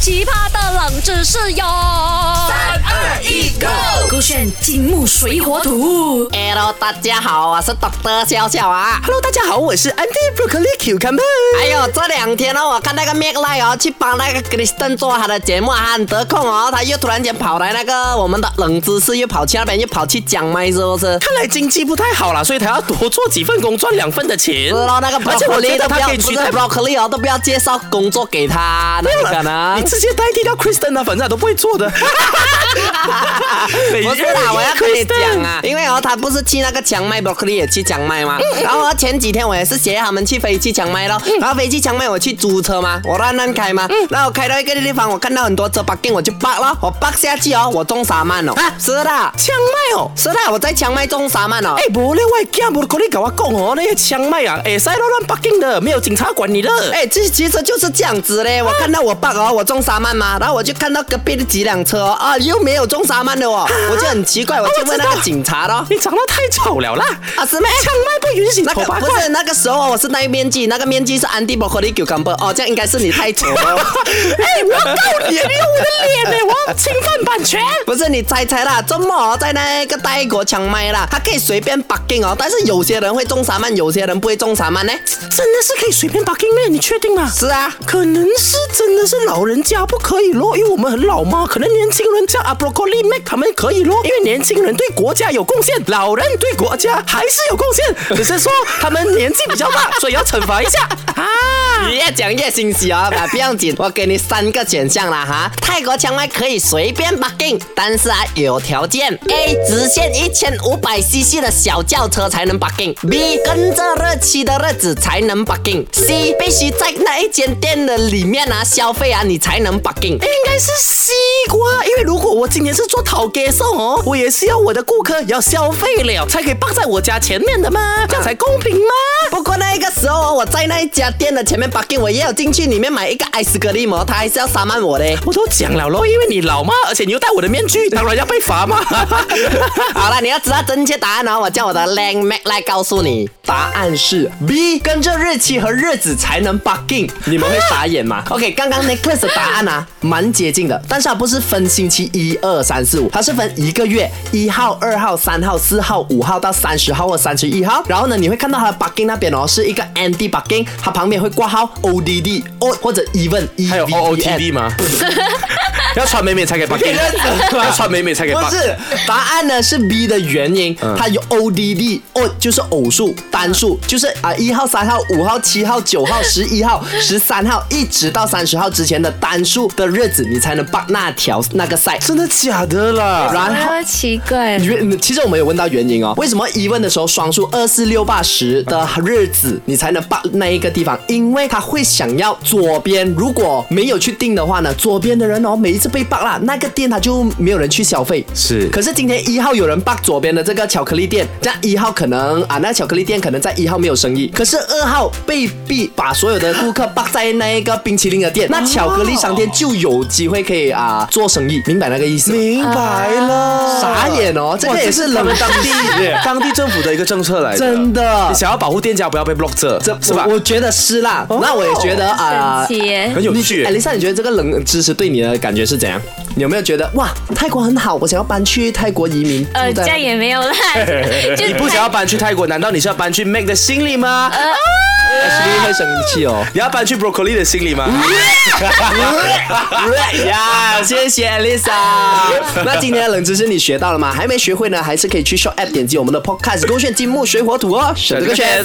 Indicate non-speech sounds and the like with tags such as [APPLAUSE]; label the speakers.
Speaker 1: 奇葩的冷知识哟！三
Speaker 2: 二一，Go！
Speaker 1: 勾选金木水火土。
Speaker 3: Hello，大家好，我是 Doctor 笑笑啊。
Speaker 2: Hello，大家好，我是 Andy Broccoli Cucumber。
Speaker 3: 哎呦，这两天呢、哦，我看那个 m a g l i 哦，去帮那个 Kristen 做他的节目，啊他很得空哦，他又突然间跑来那个我们的冷知识，又跑去那边，又跑去讲麦，是不是？
Speaker 2: 看来经济不太好了，所以他要多做几份工，赚两份的钱。
Speaker 3: 知道那个
Speaker 2: 而且我觉
Speaker 3: Broccoli
Speaker 2: 得
Speaker 3: 都不
Speaker 2: 他
Speaker 3: 要，
Speaker 2: 可以
Speaker 3: 不
Speaker 2: 取
Speaker 3: 是
Speaker 2: 代啊
Speaker 3: Broccoli 哦，都不要介绍工作给他，那不可啊能
Speaker 2: 你。直接代替掉 Kristen 啊，反正他都不会做
Speaker 3: [LAUGHS]
Speaker 2: 的。
Speaker 3: 不
Speaker 2: 不
Speaker 3: 是
Speaker 2: [LAUGHS]
Speaker 3: 啦， [LAUGHS] 我要跟你讲啊，因为哦，他不是去那个强麦 broccoli 也去强 [LAUGHS] 麦吗？然后哦前几天我也是学他们去飞机强麦咯，然后飞机强麦我去租车嘛，我乱乱开嘛，然后我开到一个地方，我看到很多车 parking，我就 park 咯，我 park 下去哦，我中沙曼哦，
Speaker 2: 啊
Speaker 3: 是的，
Speaker 2: 枪麦哦。
Speaker 3: 是的，我在强麦中沙曼哦
Speaker 2: 哎。，无咧，我惊无可你跟我讲哦，那些枪麦啊，哎，塞到乱 bugging 的，没有警察管你的。哎，
Speaker 3: 哎，这其实就是这样子嘞。我看到我爸哦，我中沙曼嘛，然后我就看到隔壁的几辆车哦，啊，又没有中沙曼的哦，我就很奇哦怪，我就问
Speaker 2: 我知
Speaker 3: 那个
Speaker 2: 道
Speaker 3: 警察咯。
Speaker 2: 你长得太丑了啦！哎
Speaker 3: 啊是咩
Speaker 2: 枪麦不允许
Speaker 3: 那
Speaker 2: 头
Speaker 3: 个
Speaker 2: 发
Speaker 3: 不
Speaker 2: 怪
Speaker 3: 是那个时候，我是戴面具，那个面具是 Andy Broccoli Cucumber。哦，这样应该是你太 [LAUGHS] 丑了。
Speaker 2: 哎，我要告你！你用我的脸呢，我要侵犯版权。
Speaker 3: 不是你猜猜啦，这么哦在那个泰国抢麦啦，他可以随便 bugging 哦，但是有些人会中沙曼，有些人不会中沙曼呢。
Speaker 2: 真的是可以随便 bugging 咩？你确定吗？
Speaker 3: 是啊，
Speaker 2: 可能是真的是老人家不可以咯，因为我们很老嘛。可能年轻人像 a b r o c o l i Mac 他们可以咯，因为年轻人对国家有贡献，老人对国家还是有贡献，只是说他们年纪比较大，所以要惩罚一下啊。
Speaker 3: 你越讲越心虚哦，啊， [LAUGHS] 不要紧，我给你三个选项啦哈。泰国抢麦可以随便 bugging，但是啊有条件：A 只限一千五百 CC 的小轿车才能 bugging；B 跟着热期的日子才能 bugging；C 必须在那一间店的里面啊消费啊你才能 bugging。
Speaker 2: 应该是西瓜，因为如果我今年是做讨给送哦，我也是要我的顾客要消费了，才可以放在我家前面的嘛，这样才公平吗？
Speaker 3: 不过那个时候哦我在那一家店的前面 bugging，我也有进去里面买一个 ice cream，哦他还是要三万我的。
Speaker 2: 我都讲了咯，因为你老嘛，而且你又戴我的面具，当然要被罚嘛。
Speaker 3: 好了，你要知道正确答案哦，我叫我的 Lang Mac 来告诉你，答案是 B，跟着日期和日子才能 bugging，你们会傻眼吗、o k 刚刚 Necklace 的答案 [LAUGHS] 啊，蛮接近的，但是它不是分星期一、二、三、四、五，它是分一个月，一号、二号、三号、四号、五号到三十号或三十一号，然后呢，你会看到它的 bugging 那边哦，是一个 anti bugging，它旁边会挂号 ODD O 或者 even E
Speaker 2: 还有 OOTD 吗？要穿美美才可以 b u
Speaker 3: 你认真吗
Speaker 2: 要穿美美才可以 b
Speaker 3: 不
Speaker 2: u
Speaker 3: 是，答案呢是 B 的原因，它有 O D D O 就是偶数、单数，就是啊一号、三号、五号、七号、九号、十一号、十三号，一直到三十号之前的单数的日子，你才能把那条那个赛。
Speaker 2: 真的假的啦？
Speaker 3: 然后。
Speaker 1: 好奇怪，
Speaker 3: 原嗯其实我们有问到原因哦，为什么一问的时候双数二四六八十的日子你才能把那一个地方？因为他会想要左边，如果没有去定的话呢，左边的人哦每一次被霸啦，那个店他就没有人去消费。
Speaker 2: 是
Speaker 3: 可是今天一号有人 bug 左边的这个巧克力店，那一号可能啊，那巧克力店可能在一号没有生意，可是二号被逼把所有的顾客 bug 在那一个冰淇淋的店，那巧克力商店就有机会可以啊做生意，明白那个意思吗？
Speaker 2: 明白了，
Speaker 3: 傻眼哦，这
Speaker 2: 哇
Speaker 3: 个也是冷
Speaker 2: 这他们当地当地政府的一个政策来的，
Speaker 3: 真的
Speaker 2: 你想要保护店家不要被 block 着，这 [LAUGHS] 是吧哦
Speaker 3: 我？我觉得是啦，那我也觉得
Speaker 2: 呃
Speaker 3: 啊。
Speaker 1: 神奇耶
Speaker 2: 很有趣
Speaker 3: 艾。丽莎，你觉得这个冷知识对你的感觉是怎样？你有没有觉得哇，泰国很好，我想要搬去泰国移民？
Speaker 1: 呃，
Speaker 3: 住在
Speaker 1: 这样也没有啦，就
Speaker 2: [LAUGHS] 你不想要搬去泰国，难道你是要搬去 Make 的心里吗？
Speaker 3: Ashley 会生气
Speaker 1: [LAUGHS]
Speaker 3: 哦。
Speaker 2: 你要搬去 Broccoli 的心里吗？
Speaker 3: 呀，谢谢 Lisa。那
Speaker 1: [LAUGHS]
Speaker 3: 今天的冷知识你学到了吗？还没学会呢，还是可以去 Shop App 点击我们的 Podcast，勾选金木水火土哦，选这个选。